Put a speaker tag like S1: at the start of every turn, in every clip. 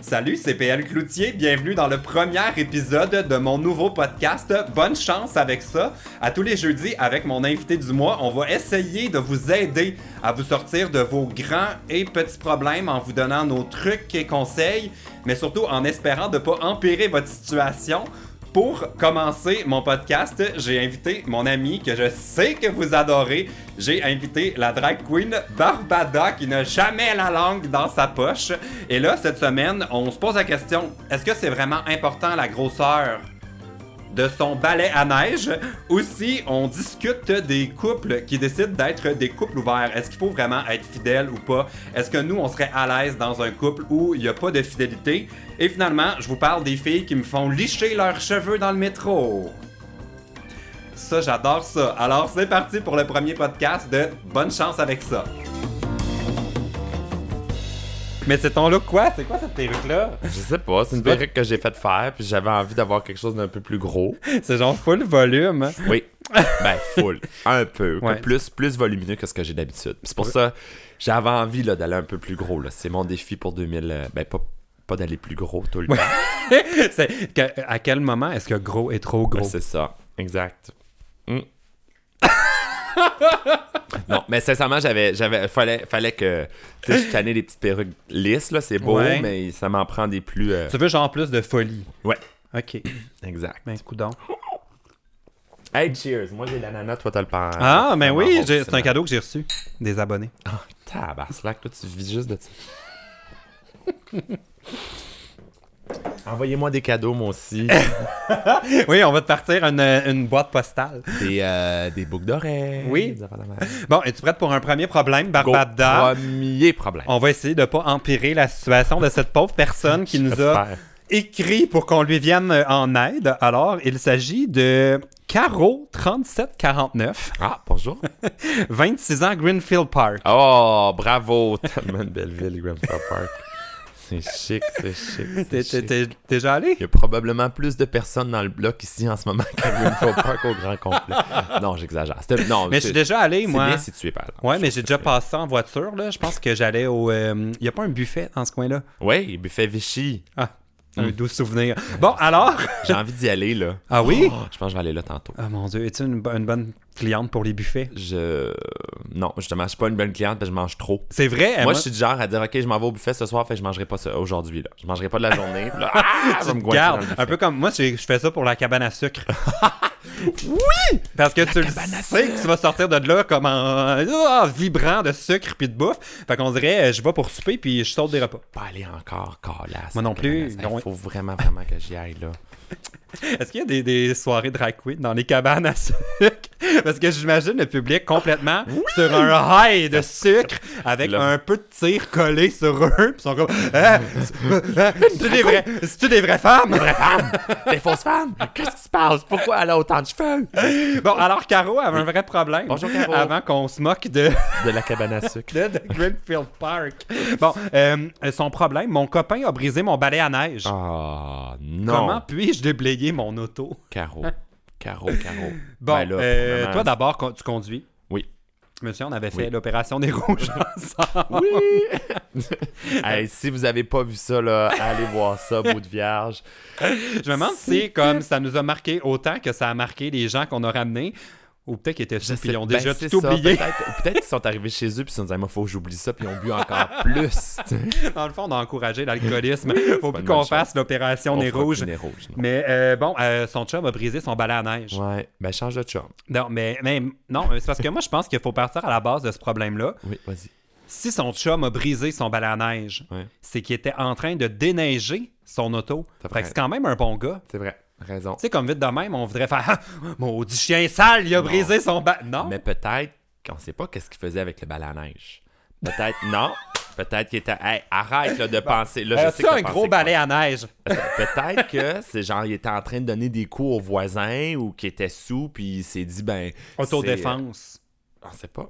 S1: Salut, c'est PL Cloutier. Bienvenue dans le premier épisode de mon nouveau podcast. Bonne chance avec ça. À tous les jeudis, avec mon invité du mois, on va essayer de vous aider à vous sortir de vos grands et petits problèmes en vous donnant nos trucs et conseils, mais surtout en espérant de ne pas empirer votre situation. Pour commencer mon podcast, j'ai invité mon ami que je sais que vous adorez. J'ai invité la drag queen Barbada qui n'a jamais la langue dans sa poche. Et là, cette semaine, on se pose la question, est-ce que c'est vraiment important la grosseur de son balai à neige. Aussi, on discute des couples qui décident d'être des couples ouverts. Est-ce qu'il faut vraiment être fidèle ou pas? Est-ce que nous, on serait à l'aise dans un couple où il n'y a pas de fidélité? Et finalement, je vous parle des filles qui me font licher leurs cheveux dans le métro. Ça, j'adore ça. Alors, c'est parti pour le premier podcast de Bonne chance avec ça. Mais c'est ton look quoi? C'est quoi cette perruque-là?
S2: Je sais pas, c'est une
S1: C'est pas-
S2: perruque que j'ai faite faire, puis j'avais envie d'avoir quelque chose d'un peu plus gros.
S1: C'est genre full volume.
S2: Oui. ben, full. Un peu.
S1: Ouais.
S2: Plus, plus volumineux que ce que j'ai d'habitude. Puis C'est pour ça, j'avais envie là, d'aller un peu plus gros. là. C'est mon défi pour 2000. euh, Ben, pas, pas d'aller plus gros tout le temps.
S1: C'est que- euh, à quel moment est-ce que gros est trop
S2: Ben,
S1: gros?
S2: c'est ça. Exact. Mm. non, mais sincèrement, j'avais, j'avais, fallait, fallait que, tu sais, je tannais les petites perruques lisses, là, c'est beau,
S1: Ouais.
S2: mais ça m'en prend des plus, euh,
S1: Tu veux genre plus de folie.
S2: ouais,
S1: Ok,
S2: exact.
S1: ben coudon.
S2: Hey, cheers! Moi, j'ai l'ananas, toi, t'as le pain.
S1: Ah, ben
S2: Vraiment
S1: oui, j'ai-
S2: bon,
S1: c'est un
S2: vraiment-
S1: cadeau que j'ai reçu des abonnés.
S2: Ah, tabarnak, toi, tu vis juste de ça. Envoyez-moi des cadeaux, moi aussi.
S1: Oui, on va te partir une, une boîte postale.
S2: des, euh, des boucles d'oreilles.
S1: Oui.
S2: des affaires de même.
S1: Bon, es-tu prête pour un premier problème,
S2: Go,
S1: Barbada?
S2: Premier problème.
S1: On va essayer de pas empirer la situation de cette pauvre personne qui nous a
S2: J'espère.
S1: écrit pour qu'on lui vienne euh, en aide. Alors, il s'agit de Caro 3749,
S2: Ah, bonjour.
S1: 26 ans, Greenfield Park.
S2: Oh, bravo. Tellement de belle ville, Grandpa Park. C'est chic, c'est chic.
S1: T'es- T'es
S2: c'est chic.
S1: t'es- t'es déjà allé?
S2: Il y a probablement plus de personnes dans le bloc ici en ce moment qu'à Greenfield Park au grand complet. Non, j'exagère. C'était- Non,
S1: Mais je
S2: c'est-
S1: suis déjà allé,
S2: C'est
S1: moi.
S2: bien situé, par exemple.
S1: Ouais,
S2: Je
S1: mais
S2: trouve
S1: j'ai
S2: que
S1: déjà
S2: c'est-
S1: passé en voiture, là. Je pense que j'allais au. Il n'y a pas un buffet dans ce coin-là.
S2: Oui, buffet Vichy.
S1: Ah, un doux souvenir. Bon, alors.
S2: J'ai envie d'y aller, là.
S1: Ah oui?
S2: Oh, je pense que je vais aller là tantôt.
S1: Ah mon Dieu, es-tu une, bo- une bonne cliente pour les buffets?
S2: Je. Non, justement, je suis pas une bonne cliente parce que je mange trop.
S1: C'est vrai,
S2: moi, je suis du genre à dire, OK, je m'en vais au buffet ce soir, fait que je mangerai pas ça aujourd'hui, là. Je mangerai pas de la journée. puis là, ah, je vais me goinfrer
S1: Garde,
S2: dans le buffet.
S1: un peu comme moi, j'ai- je fais ça pour la cabane à sucre. oui! Parce que tu le sais que tu vas sortir de là comme en ah, vibrant de sucre puis de bouffe. Fait qu'on dirait, euh, je vais pour souper puis je saute des repas.
S2: Pas aller encore, calasse.
S1: Moi non plus,
S2: Il
S1: non.
S2: faut vraiment, vraiment que j'y aille, là.
S1: Est-ce qu'il y a des, des soirées drag queen dans les cabanes à sucre? Parce que j'imagine le public complètement sur un high de sucre avec
S2: Là.
S1: un peu de tir collé sur eux. Puis ils sont comme Ah, c'est- ah, C'est-tu des, vrais- c'est-tu des vraies femmes?
S2: Des femmes! Des fausses femmes! Qu'est-ce qui se passe? Pourquoi elle a autant de cheveux?
S1: Bon, alors Caro avait un vrai problème
S2: Bonjour, Caro.
S1: avant qu'on se moque de,
S2: De la cabane à sucre.
S1: de, de Greenfield Park. Bon, euh, son problème, mon copain a brisé mon balai à neige.
S2: Ah, non.
S1: Comment puis-je déblayer mon auto?
S2: Caro. Caro, Caro.
S1: Bon,
S2: Ben là,
S1: euh,
S2: vraiment,
S1: toi d'abord, con- tu conduis.
S2: Oui.
S1: Monsieur, on avait fait
S2: Oui.
S1: l'opération des rouges ensemble.
S2: Hey, si vous avez pas vu ça, là, allez voir ça, bout de vierge.
S1: Je me demande si comme ça nous a marqué autant que ça a marqué les gens qu'on a ramenés. Ou peut-être qu'ils étaient sous puis
S2: C'est-
S1: ils ont
S2: ben,
S1: déjà
S2: c'est
S1: tout
S2: ça,
S1: oublié.
S2: Peut-être peut-être qu'ils sont arrivés chez eux puis ils se sont dit, Ah, moi, faut que j'oublie ça, puis ils ont bu encore plus.
S1: Dans le fond, on a encouragé l'alcoolisme.
S2: pas
S1: Faut plus
S2: une
S1: qu'on
S2: bonne
S1: fasse l'opération
S2: On
S1: des
S2: fera plus
S1: rouges.
S2: des rouges, non.
S1: Mais euh, bon, euh, son chum a brisé son balai à neige.
S2: Ouais, ben change de chum.
S1: Non, mais, mais non, c'est parce que moi, je pense qu'il faut partir à la base de ce problème-là.
S2: Oui, vas-y.
S1: Si son chum a brisé son balai à neige,
S2: Ouais.
S1: c'est qu'il était en train de déneiger son auto. Fait
S2: T'as
S1: que
S2: vrai.
S1: c'est quand même un bon gars.
S2: C'est vrai, raison.
S1: Tu sais, comme vite de même, on voudrait faire Ah, Maudit chien sale, il a brisé son balai. Non,
S2: Mais peut-être qu'on sait pas qu'est-ce qu'il faisait avec le bal à neige. Peut-être non. Peut-être qu'il était. Hey, arrête là, de penser. Là,
S1: Euh,
S2: je sais
S1: c'est
S2: que t'as
S1: un gros
S2: pensé
S1: balai à neige.
S2: Peut-être que c'est genre, il était en train de donner des coups aux voisins ou qu'il était sous, puis il s'est dit, ben. c'est- euh,
S1: Autodéfense.
S2: On sait pas.
S1: euh,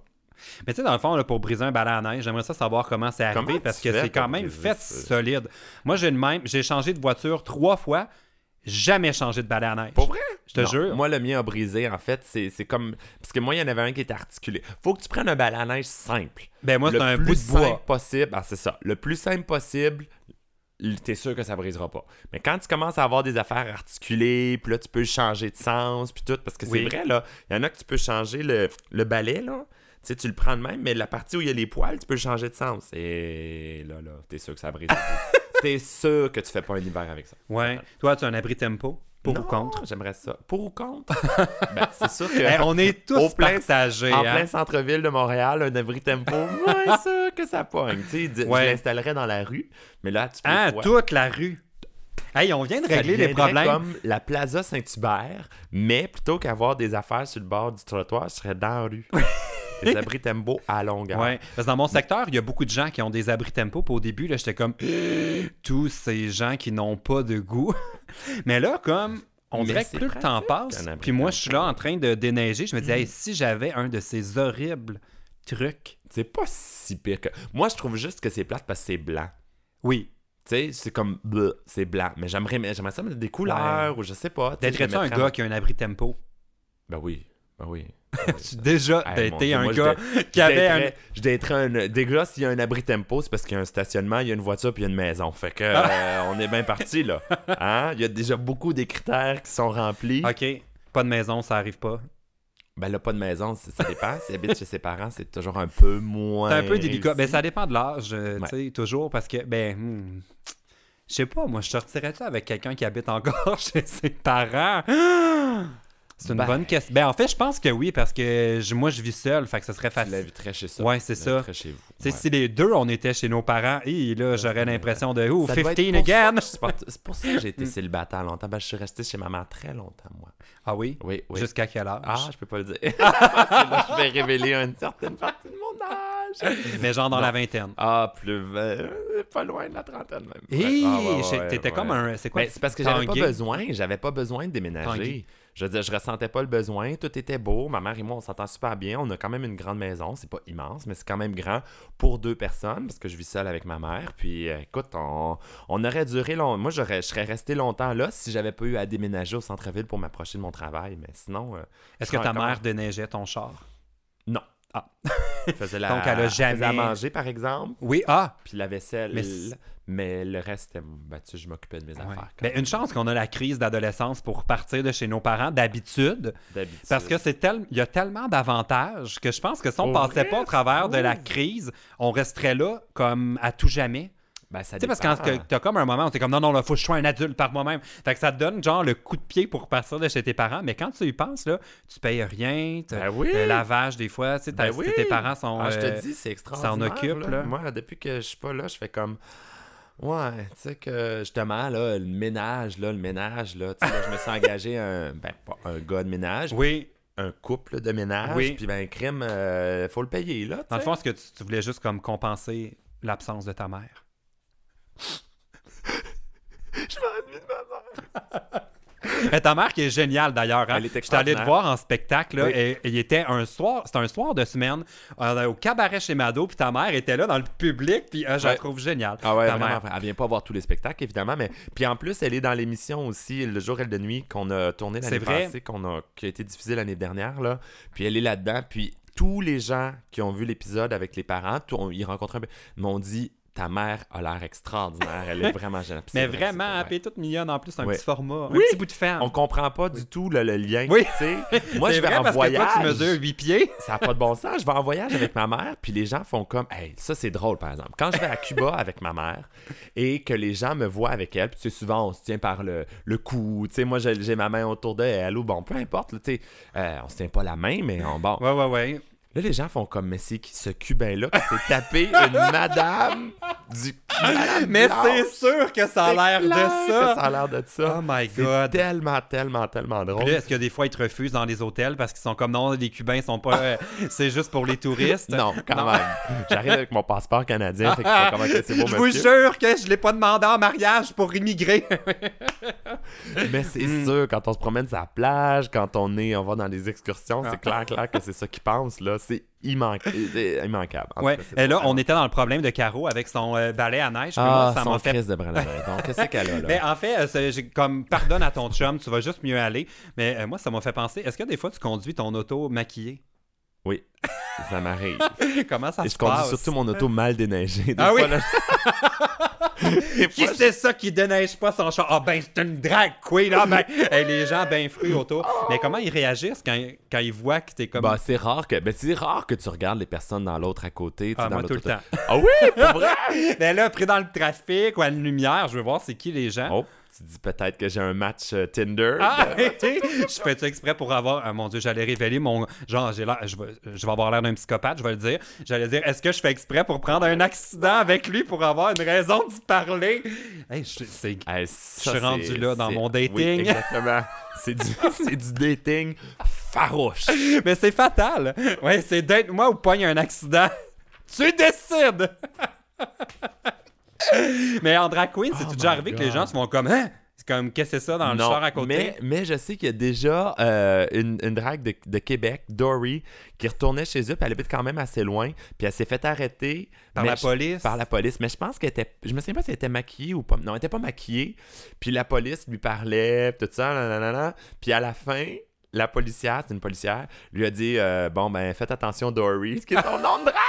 S1: Mais tu sais, dans le fond, là, pour briser un balai à neige, j'aimerais ça savoir comment c'est arrivé
S2: Comment tu
S1: parce que
S2: fais
S1: c'est
S2: pour
S1: quand même
S2: briser
S1: fait
S2: ça?
S1: solide. Moi, j'ai le même. J'ai changé de voiture trois fois, jamais changé de balai à neige.
S2: Pour vrai?
S1: Je te
S2: Non,
S1: jure.
S2: Moi, le mien a brisé, en fait. C'est c'est comme. Parce que moi, il y en avait un qui était articulé. Faut que tu prennes un bal à neige simple.
S1: Ben moi, c'est
S2: le
S1: un
S2: plus
S1: bout de bois.
S2: simple possible. Ah, c'est ça. Le plus simple possible. t'es sûr que ça brisera pas. Mais quand tu commences à avoir des affaires articulées, puis là, tu peux changer de sens, puis tout, parce que
S1: Oui.
S2: c'est vrai, là, il y en a que tu peux changer le, le balai, là. Tu sais, tu le prends de même, mais la partie où il y a les poils, tu peux le changer de sens. Et là, là, t'es sûr que ça brise. t'es sûr que tu fais pas un hiver avec ça.
S1: Ouais. Toi, tu as un abri tempo, pour ou
S2: Non,
S1: contre?
S2: J'aimerais ça. Pour ou contre? ben, c'est sûr que...
S1: Hey, Eh, on est tous
S2: Au plein-
S1: partagés.
S2: En
S1: hein.
S2: plein centre-ville de Montréal, un abri tempo, ouais, sûr que ça pogne. Tu sais, d-
S1: Ouais.
S2: je l'installerais dans la rue, mais là, tu peux...
S1: Hein,
S2: ouais,
S1: toute la rue. Hey, on vient de
S2: ça
S1: régler les
S2: deviendrait
S1: problèmes.
S2: comme la Plaza Saint-Hubert, mais plutôt qu'avoir des affaires sur le bord du trottoir, je serais dans la rue. des abris tempo à longueur.
S1: Ouais, parce que dans mon secteur, il y a beaucoup de gens qui ont des abris tempo. Puis au début, là, j'étais comme tous ces gens qui n'ont pas de goût. Mais là, comme on
S2: Mais
S1: dirait que
S2: c'est
S1: plus le temps passe,
S2: un abri
S1: puis moi,
S2: tempo. Mm.
S1: je suis là en train de déneiger. Je me dis, Hey, si j'avais un de ces horribles trucs,
S2: C'est pas si pire que... Moi, je trouve juste que c'est plate parce que c'est blanc.
S1: oui,
S2: Tu sais, c'est comme... bleu, C'est blanc. Mais j'aimerais mais j'aimerais ça mettre des couleurs ou je sais pas. tu sais, je
S1: d'être tu un
S2: mettrais-
S1: gars qui a un abri tempo.
S2: Ben oui. Ben oui.
S1: Tu déjà t'as
S2: Hey, mon
S1: été
S2: Dieu,
S1: un
S2: moi, je
S1: gars qui avait un.
S2: daterais- Je daterais un. Déjà, s'il y a un abri tempo, c'est parce qu'il y a un stationnement, il y a une voiture, puis il y a une maison. Fait que
S1: Ah.
S2: euh, on est bien parti, là. Hein? Il y a déjà beaucoup des critères qui sont remplis.
S1: Ok, pas de maison, ça arrive pas.
S2: Ben là, pas de maison, c'est- ça dépend. S'il habite chez ses parents, c'est toujours un peu moins.
S1: C'est un peu délicat.
S2: réussi.
S1: Ben, ça dépend de l'âge, euh,
S2: Ouais.
S1: tu sais, toujours, parce que, ben, hmm, je sais pas, moi, je sortirais-tu avec quelqu'un qui habite encore chez ses parents? C'est une
S2: Ben.
S1: bonne question. Ben, en fait, je pense que oui, parce que je- moi, je vis seul, fait que ça serait
S2: Tu
S1: facile.
S2: l'inviterais chez ça.
S1: Ouais, c'est
S2: Tu
S1: ça.
S2: l'inviterais chez vous.
S1: Tu sais,
S2: Ouais.
S1: si les deux, on était chez nos parents, et là, j'aurais l'impression de, oh,
S2: Ça doit être
S1: 15
S2: pour ça
S1: again! Hmm.
S2: que je suis parti- C'est pour ça que j'ai été célibataire longtemps. Ben, je suis resté chez maman très longtemps, moi.
S1: Ah oui?
S2: Oui, oui.
S1: Jusqu'à quelle âge?
S2: Ah, je peux pas le dire. Parce que là, je vais révéler une certaine partie de mon âge.
S1: Mais genre dans
S2: Non.
S1: la vingtaine.
S2: Ah, plus euh, pas loin de la trentaine même.
S1: Hé!
S2: Ouais. Ah, ouais, ouais,
S1: j'ai- T'étais
S2: ouais.
S1: comme un. C'est quoi?
S2: Ben, c'est parce que j'avais pas
S1: tangué?
S2: besoin, j'avais pas besoin de déménager.
S1: Tanguy.
S2: Je veux dire, je ressentais pas le besoin, tout était beau, ma mère et moi on s'entend super bien, on a quand même une grande maison, c'est pas immense, mais c'est quand même grand pour deux personnes parce que je vis seul avec ma mère. Puis euh, écoute, on, on aurait duré longtemps. Moi, j'aurais, je serais resté longtemps là si j'avais pas eu à déménager au centre-ville pour m'approcher de mon travail, mais sinon euh,
S1: Est-ce que ta
S2: Encore.
S1: mère déneigeait ton char?
S2: non.
S1: Ah.
S2: Elle faisait la,
S1: Donc, elle a
S2: faisait à
S1: jamais-
S2: manger par exemple
S1: Oui, ah!
S2: puis la vaisselle.
S1: Mais c-
S2: Mais, le reste, c'était- ben, tu sais, je m'occupais de mes
S1: Ouais.
S2: affaires.
S1: Ben, une chance qu'on a la crise d'adolescence pour partir de chez nos parents d'habitude,
S2: d'habitude.
S1: parce que c'est tel- il y a tellement d'avantages que je pense que si on
S2: Au
S1: passait pas au
S2: reste,
S1: travers de
S2: oui.
S1: la crise, on resterait là comme à tout jamais.
S2: Ben, ça
S1: Tu sais, parce que
S2: dépend.
S1: quand que t'as comme un moment où t'es comme non, non, là, faut que je sois un adulte par moi-même. Fait que ça te donne genre le coup de pied pour partir de chez tes parents, mais quand tu y penses, là, tu payes rien, t'as
S2: Ben oui.
S1: le lavage des fois, tu sais, t'as-
S2: Ben oui.
S1: tes parents sont.
S2: Ah, je
S1: euh,
S2: te dis, c'est extraordinaire.
S1: s'en occupe,
S2: là.
S1: là.
S2: Moi, depuis que je suis pas là, je fais comme. Ouais, tu sais que justement, là, le ménage, là, le ménage, là, tu sais, là, je me suis engagé un, ben, pas un gars de ménage,
S1: Oui.
S2: un couple de ménage,
S1: Oui.
S2: puis ben, crime, euh, faut le payer, là, tu
S1: Dans le
S2: sais.
S1: fond, est-ce que tu, tu voulais juste comme compenser l'absence de ta mère?
S2: Je m'ennuie de ma mère.
S1: Mais ta mère qui est géniale d'ailleurs. hein.
S2: Elle
S1: Je suis
S2: est
S1: allé te
S2: extraordinaire.
S1: voir en spectacle là,
S2: Oui.
S1: et, et il était un soir, c'était un soir de semaine euh, au cabaret chez Mado, puis ta mère était là dans le public, puis euh, je la
S2: Ouais.
S1: trouve géniale.
S2: Ah ouais,
S1: ta
S2: vraiment,
S1: mère.
S2: elle vient pas voir tous les spectacles, évidemment, mais puis en plus, elle est dans l'émission aussi, le jour et de nuit, qu'on a tourné l'année
S1: C'est vrai.
S2: passée, qu'on a, qui a été diffusée l'année dernière, là. Puis elle est là-dedans, puis tous les gens qui ont vu l'épisode avec les parents, tout- on- ils rencontrent un peu, m'ont dit, ta mère a l'air extraordinaire, elle est vraiment gênante. Puis
S1: Mais
S2: c'est vrai,
S1: vraiment, hein,
S2: c'est vrai.
S1: elle est toute mignonne en plus, un
S2: Oui.
S1: petit format,
S2: Oui.
S1: un petit bout de femme.
S2: On comprend pas du tout le, le lien.
S1: Oui.
S2: tu sais. Moi,
S1: C'est
S2: je vais
S1: vrai,
S2: en
S1: parce que
S2: voyage.
S1: toi, tu mesures 8 pieds.
S2: Ça n'a pas de bon sens. Je vais en voyage avec ma mère, puis les gens font comme, hey, ça c'est drôle par exemple. Quand je vais à Cuba avec ma mère et que les gens me voient avec elle, puis tu sais, souvent on se tient par le, le cou, tu sais, moi j'ai j'ai ma main autour d'elle, ou bon, peu importe, là, tu sais, euh, on se tient pas la main, mais on, bon.
S1: Ouais, ouais, ouais.
S2: Là, les gens font comme, mais c'est qui ce Cubain-là qui s'est tapé une madame du. Madame
S1: Mais
S2: blanche?
S1: c'est sûr que ça
S2: C'est
S1: a l'air de
S2: clair que Ça
S1: ça.
S2: a l'air de
S1: Oh
S2: ça.
S1: my
S2: c'est
S1: god.
S2: tellement, tellement, tellement drôle.
S1: Puis là, est-ce que des fois ils te refusent dans les hôtels parce qu'ils sont comme non, les Cubains sont pas. euh, c'est juste pour les touristes.
S2: Non, quand même. J'arrive avec mon passeport canadien, fait que je sais comment que c'est beau,
S1: Je vous
S2: monsieur.
S1: jure que je l'ai pas demandé en mariage pour immigrer.
S2: Mais c'est
S1: Hmm.
S2: sûr, quand on se promène sur la plage, quand on est, on va dans des excursions,
S1: Ah.
S2: c'est clair, clair que c'est ça qu'ils pensent, là. C'est immanquable. immanquable. En
S1: Ouais.
S2: tout cas, c'est
S1: Et là,
S2: drôle.
S1: on était dans le problème de Caro avec son euh, balai à neige. puis
S2: Ah,
S1: moi, ça
S2: son
S1: m'a fait.
S2: crise de Brandon. Donc, qu'est-ce qu'elle a, là?
S1: Mais en fait, euh, c'est- j'ai comme pardonne à ton chum, tu vas juste mieux aller. Mais euh, moi, ça m'a fait penser. Est-ce que des fois tu conduis ton auto maquillée
S2: Oui, ça m'arrive.
S1: Comment ça
S2: Et
S1: se
S2: je conduis
S1: passe
S2: surtout mon auto mal déneigée. Des
S1: Ah oui?
S2: fois, là, Et
S1: Qui
S2: moi,
S1: c'est ça qui déneige pas son char? Ah ben c'est une drag queen, là, ben. Hey, les gens ben fruits autour.
S2: Oh.
S1: Mais comment ils réagissent quand, quand ils voient que t'es comme.
S2: Bah, c'est rare que ben, c'est rare que tu regardes les personnes dans l'autre à côté, tu sais,
S1: Ah,
S2: dans
S1: moi, tout le
S2: l'autre-
S1: temps.
S2: Ah oui, pour vrai.
S1: Ben là, pris dans le trafic ou à la lumière, je veux voir c'est qui les gens.
S2: Oh, tu dis peut-être que j'ai un match euh, Tinder.
S1: Ah, t'sais, je fais ça exprès pour avoir. ah, mon Dieu, j'allais révéler mon. Genre, j'ai l'air- je, vais, je vais avoir l'air d'un psychopathe, je vais le dire. J'allais dire, est-ce que je fais exprès pour prendre un accident avec lui pour avoir une raison d'y parler? Hey, je, c'est-
S2: Eh, ça,
S1: suis rendu
S2: c'est-
S1: là dans
S2: c'est-
S1: mon dating.
S2: Oui, exactement. C'est du, c'est du dating farouche.
S1: Mais c'est fatal. Ouais, c'est d'être moi ou pogne un accident. Tu décides. mais en drag queen, c'est
S2: Oh
S1: déjà
S2: my
S1: arrivé que
S2: God.
S1: les gens se font comme hein? C'est comme qu'est-ce que c'est ça dans le
S2: Non,
S1: char à côté
S2: Mais, mais je sais qu'il y a déjà euh, une, une drague de, de Québec, Dory, qui retournait chez eux, puis elle habite quand même assez loin, puis elle s'est fait arrêter
S1: par
S2: mais
S1: la
S2: je-
S1: police.
S2: par la police. Mais je pense qu'elle était. Je me souviens pas si elle était maquillée ou pas. Non, elle était pas maquillée. Puis la police lui parlait, puis tout ça, nanana. Puis à la fin. La policière, c'est une policière, lui a dit euh, Bon, ben, faites attention, Dory, ce qui est son nom de drague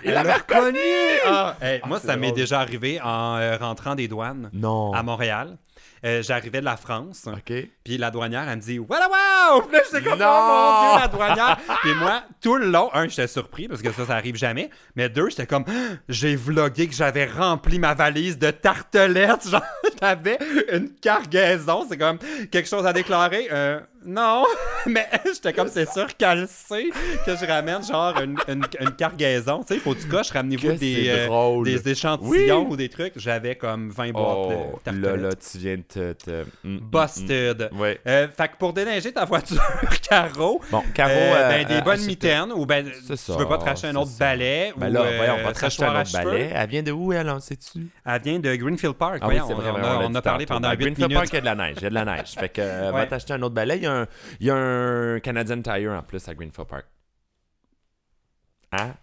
S2: Il
S1: Elle
S2: l'avait
S1: l'a
S2: reconnu
S1: Ah, hey,
S2: Ah,
S1: moi,
S2: c'est
S1: ça m'est
S2: drôle.
S1: déjà arrivé en euh, rentrant des douanes
S2: Non.
S1: à Montréal. Euh, J'arrivais de la France.
S2: OK.
S1: Puis la douanière, elle me dit Voilà, wow! Puis là, j'étais comme
S2: Non!
S1: Oh mon Dieu, la douanière! Puis moi, tout le long, un, j'étais surpris parce que ça, ça arrive jamais. Mais deux, j'étais comme Ah! J'ai vlogué que j'avais rempli ma valise de tartelettes. Genre, j'avais une cargaison. C'est comme quelque chose à déclarer. Euh, non! Mais j'étais comme C'est sûr qu'elle sait que je ramène genre une, une- une cargaison. Tu sais, faut du coche, ramenez-vous
S2: Que
S1: des,
S2: c'est
S1: euh,
S2: drôle.
S1: des échantillons
S2: Oui!
S1: ou des trucs. J'avais comme 20 boîtes
S2: Oh,
S1: de
S2: là,
S1: tartelettes.
S2: là, tu viens de te. te- mm, mm,
S1: Busted.
S2: mm. Ouais.
S1: Euh, fait que pour déneiger ta voiture, Caro,
S2: Bon, Caro.
S1: euh,
S2: euh,
S1: ben, des
S2: euh,
S1: bonnes
S2: achète-
S1: mitaines ou ben
S2: C'est
S1: tu
S2: ça,
S1: veux pas te racheter un
S2: c'est
S1: autre
S2: ça.
S1: balai
S2: Ben
S1: ou
S2: là,
S1: euh,
S2: voyons, on va te racheter
S1: séchoir
S2: un
S1: à
S2: autre
S1: cheveux.
S2: ballet. Elle vient de où, elle, on sait-tu?
S1: Elle vient de Greenfield Park.
S2: Ah
S1: voyons, on, on a,
S2: l'a
S1: on
S2: dit
S1: a parlé
S2: tantôt.
S1: pendant
S2: À
S1: 8
S2: Greenfield
S1: minutes.
S2: Park, il y a de la neige. Il y a de la neige. Fait que euh,
S1: Ouais.
S2: va t'acheter un autre balai. Il y, a un, il y a un Canadian Tire en plus à Greenfield Park. Hein?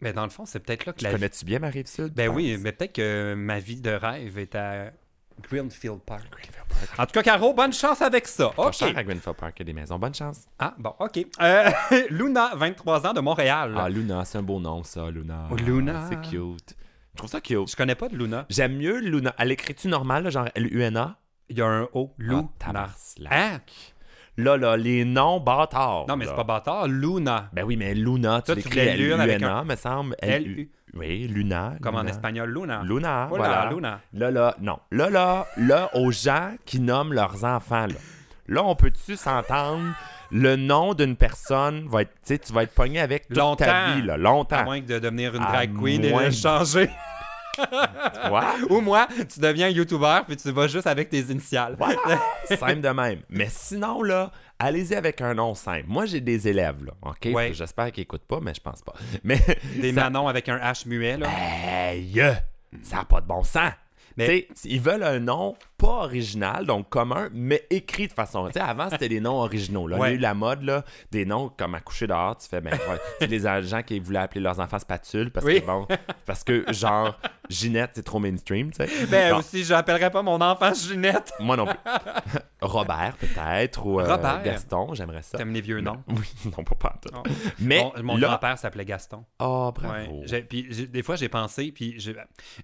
S1: Mais dans le fond, c'est peut-être là que
S2: Tu
S1: la vie...
S2: connais-tu bien Marie-Sud?
S1: Ben oui, mais peut-être que ma vie de rêve est à Greenfield Park.
S2: Greenfield Park.
S1: En tout cas, Caro, bonne chance avec ça.
S2: Pas
S1: OK.
S2: cher à Greenfield Park, il y a des maisons. Bonne chance.
S1: Ah, bon, OK. Euh, Luna, 23 ans, de Montréal.
S2: Ah, Luna, c'est un beau nom, ça, Luna.
S1: Oh, Luna.
S2: C'est cute. Je trouve ça cute.
S1: Je connais pas de Luna.
S2: J'aime mieux Luna. Elle écrit-tu normale, là, genre L-U-N-A?
S1: Il y a un O. Luna.
S2: Ah, tabarnak.
S1: hein?
S2: Là, là, les noms bâtards.
S1: Non, mais c'est
S2: là.
S1: pas bâtard. Luna.
S2: Ben oui, mais Luna, tu
S1: Toi, tu
S2: l'écris
S1: voulais Lune
S2: L-U-N-A,
S1: avec un-
S2: me semble.
S1: L-U.
S2: Oui, Luna.
S1: Comme en
S2: Luna.
S1: espagnol, Luna.
S2: Ah. Luna,
S1: Oh là,
S2: voilà.
S1: Luna.
S2: Là, là, non. Là, là, là, aux gens qui nomment leurs enfants, là. Là, on peut-tu s'entendre? Le nom d'une personne va être, tu sais, tu vas être pogné avec toute
S1: Longtemps.
S2: ta vie, là,
S1: À
S2: longtemps.
S1: moins que de devenir une
S2: Ah. À
S1: drag queen et
S2: moins
S1: de
S2: que-
S1: changer. Ah,
S2: Quoi?
S1: Ou moi, tu deviens youtubeur puis tu vas juste avec tes initiales.
S2: simple de même. Mais sinon, là, allez-y avec un nom simple. Moi, j'ai des élèves, là, OK?
S1: Ouais.
S2: J'espère qu'ils n'écoutent pas, mais je pense pas. Mais
S1: Des
S2: ça-
S1: manons avec un H muet, là.
S2: Aïe! euh, Ça n'a pas de bon sens!
S1: Mais-
S2: Mais... Ils veulent un nom pas original, donc commun, mais écrit de façon. Tu sais, avant, c'était des noms originaux. Là.
S1: Ouais.
S2: Il y a eu la mode là, des noms comme accoucher dehors. Tu fais, ben, ouais. Tu sais, les gens qui voulaient appeler leurs enfants spatule parce
S1: Oui.
S2: que, bon, parce que, genre, Ginette, c'est trop mainstream. tu sais.
S1: Ben
S2: Bon,
S1: aussi, j'appellerais pas mon enfant Ginette.
S2: Moi non plus. Robert, peut-être, ou euh,
S1: Robert.
S2: Gaston, j'aimerais ça.
S1: T'aimes les vieux noms?
S2: Oui, non, pas pas en tout.
S1: Non.
S2: Mais,
S1: Mon, mon
S2: là-
S1: grand-père s'appelait Gaston.
S2: Oh,
S1: Ouais.
S2: bravo.
S1: J'ai- Puis j'ai- des fois, j'ai pensé, puis j'ai-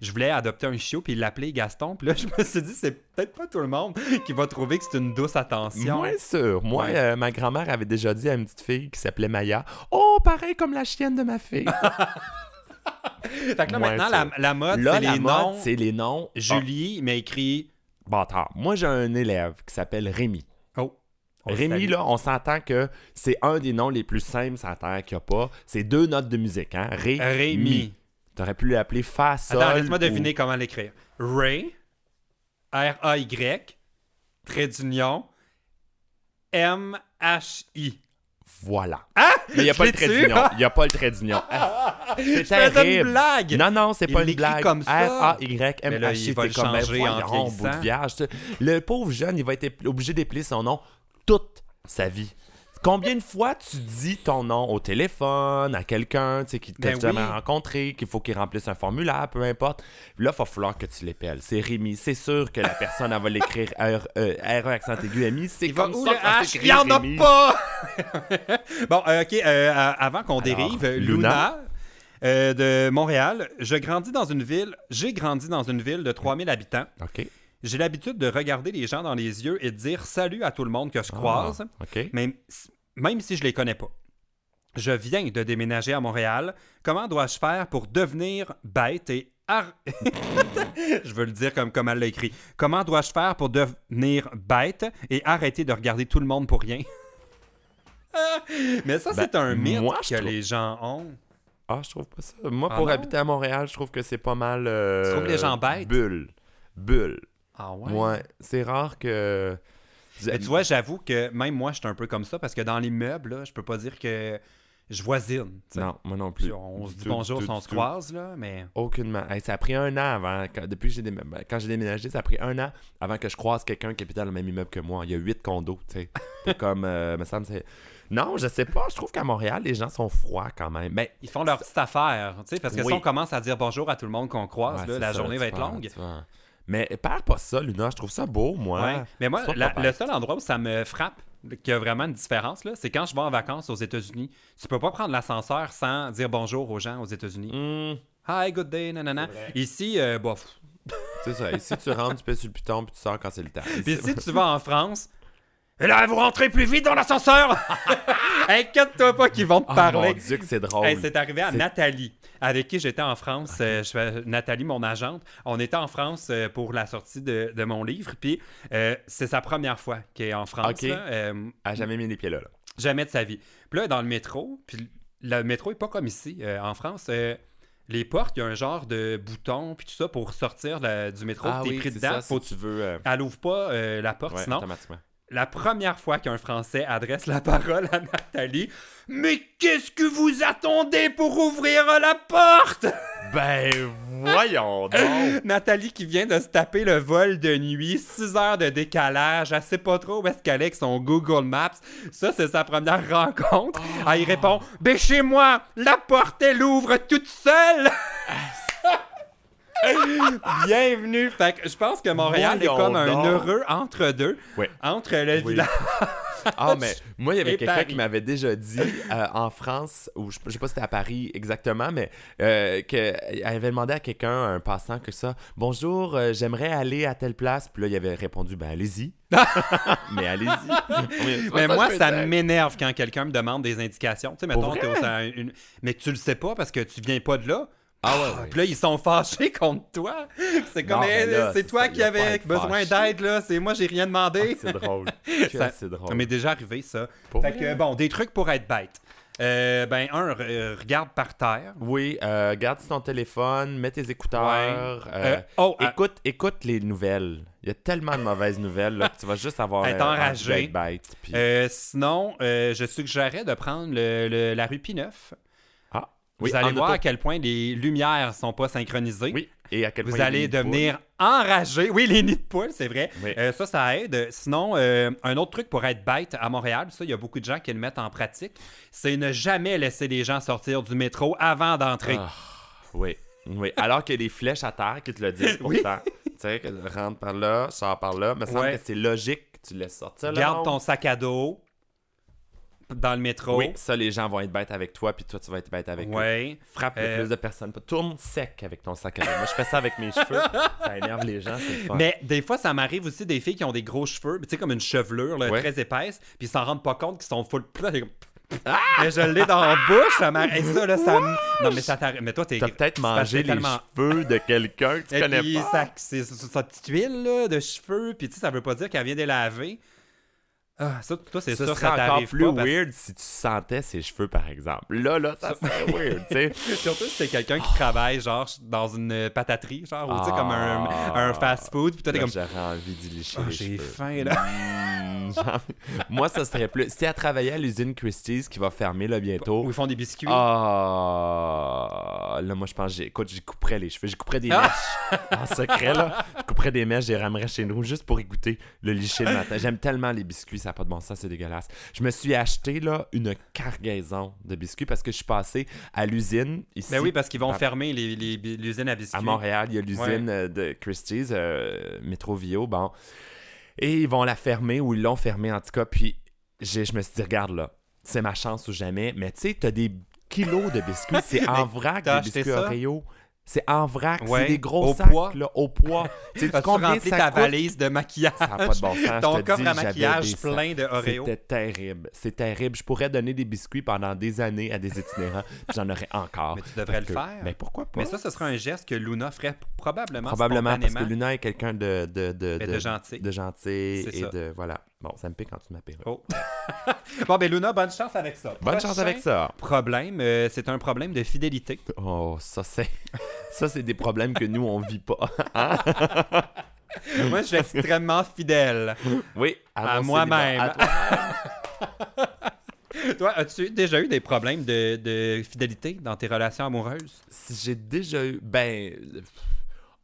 S1: je voulais adopter un chiot, puis l'appeler Gaston. Puis là, je me suis dit, c'est peut-être pas tout le monde qui va trouver que c'est une douce attention.
S2: Moins sûr. Moi,
S1: Ouais.
S2: euh, ma grand-mère avait déjà dit à une petite fille qui s'appelait Maya Oh, pareil comme la chienne de ma fille.
S1: Ah, fait que là,
S2: moins
S1: maintenant, la,
S2: sûr.
S1: la mode,
S2: Là,
S1: c'est
S2: la
S1: les
S2: mode,
S1: noms. Ah.
S2: c'est les noms.
S1: Julie m'a écrit...
S2: Ah, bâtard. Moi, j'ai un élève qui s'appelle Rémi.
S1: Oh. On le
S2: Rémi,
S1: salue.
S2: là, on s'entend que c'est un des noms les plus simples sur la terre qu'il n'y a pas. C'est deux notes de musique, hein? Ré.
S1: Rémi.
S2: T'aurais pu l'appeler Fa, Sol.
S1: Attends, laisse-moi
S2: ou-
S1: deviner comment l'écrire. Ray, R-A-Y, trait d'union, M-H-I.
S2: Voilà. Mais il n'y a
S1: Ah! Je
S2: pas le
S1: l'ai
S2: trait
S1: tué.
S2: d'union. Il n'y a pas le trait d'union. Ah,
S1: Je
S2: c'est
S1: faisais
S2: terrible.
S1: une blague!
S2: Non, non, c'est
S1: Il
S2: pas une
S1: l'écrit
S2: blague.
S1: comme ça.
S2: R-A-Y-M-H-I,
S1: Mais là, il va
S2: t'es
S1: le
S2: comme, ben,
S1: changer en
S2: voyons, bout de
S1: vieillissant.
S2: vierge, tu sais. Le pauvre jeune, il va être ép- obligé d'épeler son nom toute sa vie. Combien de fois tu dis ton nom au téléphone, à quelqu'un tu sais, qui t'a
S1: Ben
S2: jamais
S1: oui.
S2: rencontré, qu'il faut qu'il remplisse un formulaire, peu importe. Là, il va falloir que tu l'épelles. C'est Rémi. C'est sûr que la personne, elle va l'écrire R- euh, R-E accent aigu M-I. C'est
S1: Il va
S2: comme
S1: où
S2: ça
S1: le
S2: que ça
S1: H? Il
S2: s'écrit,
S1: n'y en a
S2: Rémi.
S1: pas! bon, euh, OK, euh, euh, avant qu'on
S2: Alors,
S1: dérive, euh, Luna...
S2: Luna.
S1: euh, de Montréal. Je grandis dans une ville, j'ai grandi dans une ville de 3000 habitants.
S2: OK.
S1: J'ai l'habitude de regarder les gens dans les yeux et de dire salut à tout le monde que je
S2: Ah,
S1: croise,
S2: OK.
S1: même, même si je les connais pas. Je viens de déménager à Montréal. Comment dois-je faire pour devenir bête et ar- je veux le dire comme, comme elle l'a écrit. Comment dois-je faire pour devenir bête et arrêter de regarder tout le monde pour rien? Mais ça,
S2: Ben,
S1: c'est un mythe
S2: moi, je
S1: que
S2: trouve-
S1: les gens ont.
S2: Ah, je trouve pas ça. Moi,
S1: Ah
S2: pour
S1: non?
S2: habiter à Montréal, je trouve que c'est pas mal. euh,
S1: Tu trouves les gens bêtes?
S2: Bulle. Bulle.
S1: Ah
S2: Ouais. C'est rare que.
S1: Mais Ben, tu vois, j'avoue que même moi, je suis un peu comme ça parce que dans l'immeuble, là, je peux pas dire que je voisine. tu sais.
S2: Non, moi non
S1: Puis
S2: plus.
S1: on se
S2: Du
S1: dit
S2: tout,
S1: bonjour
S2: du
S1: si
S2: tout,
S1: on
S2: du
S1: se
S2: tout.
S1: croise, là, mais.
S2: Aucunement. Hey, ça a pris un an avant. quand- depuis que j'ai déménagé, ben, quand j'ai déménagé, ça a pris un an avant que je croise quelqu'un qui habite dans le même immeuble que moi. Il y a huit condos, tu sais. T'es comme. euh, me semble, c'est- Non, je sais pas. Je trouve qu'à Montréal, les gens sont froids quand même. Ben, Mais.
S1: Ils font leur petite affaire, tu sais, parce que
S2: Oui.
S1: si on commence à dire bonjour à tout le monde qu'on croise,
S2: Ouais,
S1: là,
S2: c'est
S1: Ah, la
S2: ça,
S1: journée
S2: tu
S1: va être
S2: perds,
S1: longue.
S2: tu perds. Mais perds pas ça, Luna. Je trouve ça beau, moi.
S1: Ouais. Mais moi,
S2: C'est pas
S1: la-
S2: papa.
S1: le seul endroit où ça me frappe, qu'il y a vraiment une différence, là, c'est quand je vais en vacances aux États-Unis. Tu peux pas prendre l'ascenseur sans dire bonjour aux gens aux États-Unis.
S2: Hmm.
S1: Hi, good day, nanana. Ici, euh, bof.
S2: C'est ça. Et si tu rentres, tu pèses sur le piton, puis tu sors quand c'est le temps.
S1: Puis si tu vas en France, et là, vous rentrez plus vite dans l'ascenseur! Inquiète-toi pas qu'ils vont te
S2: Oh,
S1: parler.
S2: mon Dieu, que c'est drôle.
S1: Hey, c'est arrivé à
S2: Ah C'est-
S1: Nathalie, avec qui j'étais en France. euh, je fais- Nathalie, mon agente, on était en France euh, pour la sortie de, de mon livre. Puis euh, c'est sa première fois qu'elle est en France.
S2: Ok.
S1: là, euh,
S2: Elle a jamais mis les pieds là. là.
S1: jamais de sa vie. Puis là, dans le métro, puis le métro est pas comme ici. euh, en France, euh, les portes, il y a un genre de bouton, puis tout ça, pour sortir le- du métro. puis t'es pris
S2: Ah c'est
S1: dedans.
S2: ça,
S1: faut
S2: si tu veux. euh,
S1: Elle ouvre pas euh, la porte,
S2: ouais,
S1: sinon
S2: automatiquement.
S1: la première fois qu'un Français adresse la parole à Nathalie, mais qu'est-ce que vous attendez pour ouvrir la porte
S2: Ben, voyons donc.
S1: Nathalie qui vient de se taper le vol de nuit, 6 heures de décalage, elle sait pas trop où est-ce qu'elle est avec son Google Maps. Ça, c'est sa première rencontre. Elle y
S2: Ah.
S1: répond Ben chez moi, la porte elle ouvre toute seule Ah, Bienvenue! Fait que je pense que Montréal est
S2: Voyons
S1: comme un
S2: donc.
S1: heureux entre-deux,
S2: Ouais.
S1: entre le
S2: Oui.
S1: village.
S2: Ah, mais moi, il y avait
S1: Et
S2: quelqu'un
S1: Paris.
S2: qui m'avait déjà dit euh, en France, ou je, je sais pas si c'était à Paris exactement, mais euh, que- elle avait demandé à quelqu'un, un passant, que ça Bonjour, euh, j'aimerais aller à telle place. Puis là, il avait répondu Ben, allez-y. mais allez-y.
S1: Mais moi, ça
S2: me
S1: m'énerve quand quelqu'un me demande des indications. Tu sais, mettons, t'es au- une- mais que tu le sais pas parce que tu viens pas de là.
S2: Ah ouais, ouais.
S1: Puis là, ils sont fâchés contre toi. C'est comme,
S2: Non,
S1: Eh,
S2: mais là,
S1: c'est
S2: c'est
S1: toi
S2: ça,
S1: qui
S2: y a pas à
S1: avais
S2: être
S1: besoin
S2: fâché. Ah,
S1: d'aide, là. C'est moi, j'ai rien demandé.
S2: C'est drôle.
S1: Ça-
S2: Que C'est drôle.
S1: Ça m'est déjà arrivé, ça.
S2: Pour
S1: Fait
S2: vrai?
S1: que, bon, des trucs pour être bête. Euh, ben, un, re- euh, regarde par terre.
S2: Oui, euh, garde sur ton téléphone, mets tes écouteurs.
S1: Ouais.
S2: euh,
S1: Euh, oh, ah.
S2: écoute, écoute les nouvelles. Il y a tellement de mauvaises nouvelles là, que tu vas juste avoir
S1: Être
S2: euh,
S1: enragé.
S2: envie d'être bête. puis-
S1: Euh, sinon, euh, je suggérais de prendre le- le- la rue P9.
S2: ah,
S1: Vous allez
S2: en
S1: voir à
S2: auto.
S1: quel point les lumières sont pas synchronisées.
S2: Oui, et à quel
S1: Vous
S2: point il y a des
S1: allez
S2: nids de
S1: devenir enragé. Oui, les nids de poules, c'est vrai.
S2: Oui.
S1: Euh, ça, ça aide. Sinon, euh, un autre truc pour être bête à Montréal, ça, il y a beaucoup de gens qui le mettent en pratique, c'est ne jamais laisser les gens sortir du métro avant d'entrer.
S2: poules. Ah, oui, oui. Alors qu'il y a des flèches à terre qui te le disent
S1: Oui.
S2: pourtant. tu sais, que rentre par là, sors par là. Me semble
S1: Ouais.
S2: que c'est logique que tu laisses sortir. le
S1: Garde
S2: monde.
S1: ton sac à dos dans le métro.
S2: Oui, ça, les gens vont être bêtes avec toi, puis toi, tu vas être bête avec eux.
S1: Ouais.
S2: Frappe
S1: Euh,
S2: le plus de personnes. Tourne sec avec ton sac à dos. Moi, je fais ça avec mes cheveux. Ça énerve les gens, c'est le fun.
S1: Mais des fois, ça m'arrive aussi des filles qui ont des gros cheveux, tu sais, comme une chevelure là,
S2: Ouais.
S1: très épaisse, puis ils s'en rendent pas compte qu'ils sont full. Puis là, t'es comme,
S2: Ah!
S1: Mais je l'ai dans la bouche, ça m'arrive. ça, là, ça me- Non, mais ça t'arrive. Mais toi, t'es.
S2: T'as peut-être
S1: c'est parce que
S2: mangé
S1: t'es
S2: les
S1: tellement
S2: cheveux de quelqu'un que tu
S1: Et
S2: connais
S1: puis,
S2: pas.
S1: sa- c'est- c'est- sa petite huile là, de cheveux, puis tu sais, ça veut pas dire qu'elle vient des laver. Ah, ça, toi, c'est
S2: Ce
S1: sûr que
S2: serait
S1: ça
S2: encore
S1: t'arrive
S2: plus
S1: pas. parce-
S2: weird si tu sentais ses cheveux, par exemple. Là, là, ça serait weird, tu sais.
S1: Surtout si c'est quelqu'un qui travaille, genre, dans une pataterie, genre, ou tu sais, comme un,
S2: Ah.
S1: un fast-food, puis toi, t'es
S2: Là,
S1: comme...
S2: J'aurais envie d'y licher
S1: Ah,
S2: les
S1: j'ai
S2: cheveux.
S1: faim, là.
S2: Mm, genre, Moi, ça serait plus... Si elle travaillait à l'usine Christie's, qui va fermer, là,
S1: Ou
S2: bientôt...
S1: ils font des biscuits.
S2: Ah... là, moi, je pense... j'ai- Écoute, j'y couperais les cheveux. J'y couperais des mèches. En secret, là. Je couperais des mèches, je les ramerais chez nous juste pour y goûter le licher le matin. J'aime tellement les biscuits, ça n'a pas de bon sens, c'est dégueulasse. Je me suis acheté, là, une cargaison de biscuits parce que je suis passé à l'usine, ici,
S1: Ben oui, parce qu'ils vont
S2: Ah.
S1: fermer les- les- l'usine à biscuits.
S2: à Montréal, il y a l'usine euh, de Christie's, euh, Métrovio, bon. Et ils vont la fermer ou ils l'ont fermée en tout cas. Puis j'ai- je me suis dit, regarde là, c'est ma chance ou jamais. Mais tu sais, t'as des kilos de biscuits. C'est en vrac
S1: t'as
S2: des
S1: acheté
S2: biscuits
S1: ça?
S2: Oreo. C'est en vrac,
S1: Ouais,
S2: c'est des gros
S1: au
S2: sacs
S1: poids.
S2: là, au poids. Tu sais, tu
S1: As-tu
S2: combien
S1: rempli
S2: ça
S1: ta
S2: coûte?
S1: valise de maquillage?
S2: Ça n'a pas de bon sens. je
S1: Ton
S2: te
S1: coffre
S2: dis,
S1: à
S2: j'avais des
S1: maquillage
S2: sacs.
S1: plein de Oreo.
S2: C'était terrible. C'est terrible. Je pourrais donner des biscuits pendant des années à des itinérants, puis j'en aurais encore.
S1: Mais tu devrais
S2: Parce
S1: le
S2: que-
S1: faire.
S2: Mais pourquoi pas?
S1: Mais ça, ce serait un geste que Luna ferait p- probablement.
S2: Probablement parce que
S1: spontanément.
S2: Luna est quelqu'un de, de, de,
S1: Mais de gentil.
S2: De gentil et
S1: ça.
S2: de. Voilà. Bon, ça me pique quand tu m'appelles.
S1: Oh. bon, ben Luna, bonne chance avec ça.
S2: Bonne chance
S1: Prochain
S2: avec ça.
S1: Problème, euh, c'est un problème de fidélité.
S2: Oh, ça, c'est. Ça, c'est des problèmes que nous, on vit pas.
S1: Moi, je suis extrêmement fidèle
S2: Oui,
S1: à
S2: mon
S1: moi-même.
S2: célibat. À toi.
S1: Toi, as-tu déjà eu des problèmes de, de fidélité dans tes relations amoureuses?
S2: Si j'ai déjà eu. Ben. euh,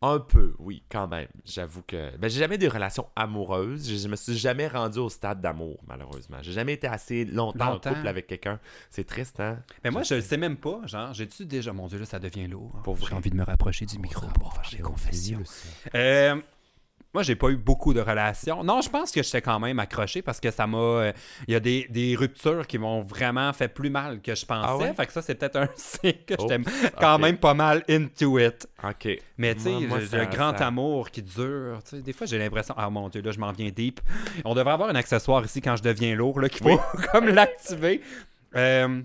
S2: Un peu, oui, quand même. J'avoue que. Ben, j'ai jamais eu des relations amoureuses. Je, je me suis jamais rendu au stade d'amour, malheureusement. J'ai jamais été assez longtemps,
S1: Longtemps.
S2: en couple avec quelqu'un. C'est triste, hein?
S1: Mais moi, je le sais même pas. Genre, j'ai-tu déjà. Mon Dieu, là, ça devient lourd.
S2: Pour
S1: J'ai
S2: vrai.
S1: envie de me rapprocher du micro pour faire des
S2: J'ai oublié
S1: confessions.
S2: le sujet.
S1: Euh, moi, j'ai pas eu beaucoup de relations. Non, je pense que j'étais quand même accroché parce que ça m'a. euh, Il y a des, des ruptures qui m'ont vraiment fait plus mal que je pensais.
S2: Ah ouais?
S1: Fait que ça, c'est peut-être un signe que
S2: Oh,
S1: j'étais quand
S2: ok.
S1: même pas mal into it.
S2: Ok.
S1: Mais tu sais,
S2: Moi- moi,
S1: j'ai- j'ai
S2: ça-
S1: un grand
S2: ça-
S1: amour qui dure. tu sais. des fois, j'ai l'impression. Ah mon Dieu, là, je m'en viens deep. On devrait avoir un accessoire ici quand je deviens lourd, là, qu'il faut
S2: Oui.
S1: comme l'activer. Euh,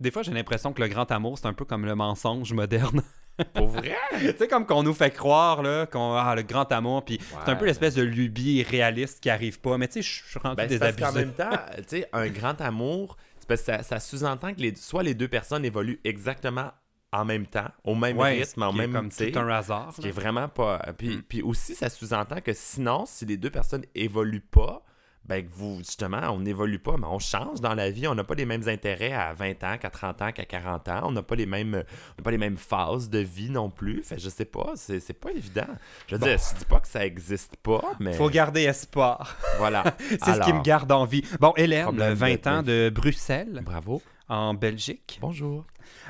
S1: des fois, j'ai l'impression que le grand amour, c'est un peu comme le mensonge moderne.
S2: Pour vrai?
S1: Tu sais, comme qu'on nous fait croire, là, qu'on a le grand amour, puis c'est un peu
S2: Ouais.
S1: l'espèce de lubie irréaliste qui arrive pas. Mais tu sais, je suis rendu
S2: Ben, c'est parce
S1: désabusé.
S2: qu'en même temps, tu sais, un grand amour, c'est parce que ça, ça sous-entend que les, soit les deux personnes évoluent exactement en même temps, au même
S1: Ouais, ce
S2: rythme, en
S1: qui est
S2: même
S1: comme
S2: tu sais,
S1: tout un Mm. hasard.
S2: Ce qui est
S1: là.
S2: vraiment pas. euh, Puis, puis aussi, ça sous-entend que sinon, si les deux personnes évoluent pas, ben que vous, justement, on n'évolue pas, mais on change dans la vie. On n'a pas les mêmes intérêts à 20 ans, qu'à 30 ans, qu'à 40 ans. On n'a pas les mêmes on n'a pas les mêmes phases de vie non plus. Fait que je sais pas, c'est c'est pas évident. Je veux dire, je dis pas que ça existe pas, mais
S1: Faut garder espoir.
S2: voilà.
S1: C'est ce qui me garde en vie. Bon, Hélène,
S2: Problème de-
S1: 20 ans de Bruxelles,
S2: Bravo.
S1: en Belgique,
S2: Bonjour.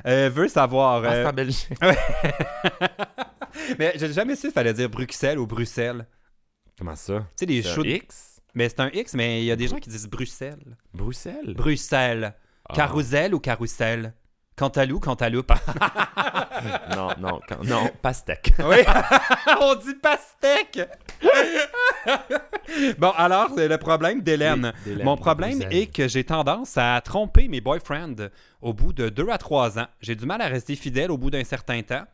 S1: euh, veut savoir.
S2: Ah, c'est
S1: euh,
S2: en Belgique.
S1: mais j'ai jamais su s'il fallait dire Bruxelles ou Bruxelles.
S2: Comment ça?
S1: Tu sais, les
S2: C'est un
S1: choux. de-
S2: X?
S1: Mais c'est un X, mais il y a des gens qui disent Bruxelles.
S2: Bruxelles?
S1: Bruxelles.
S2: Ah.
S1: Carousel ou carrousel? Cantalou, cantaloupe.
S2: Non, non, quand- non, pastèque.
S1: Oui, on dit pastèque. bon, alors, c'est le problème d'Hélène.
S2: Oui, d'Hélène,
S1: Mon problème
S2: d'Hélène.
S1: est que j'ai tendance à tromper mes boyfriends au bout de 2 à 3 ans. J'ai du mal à rester fidèle au bout d'un certain temps.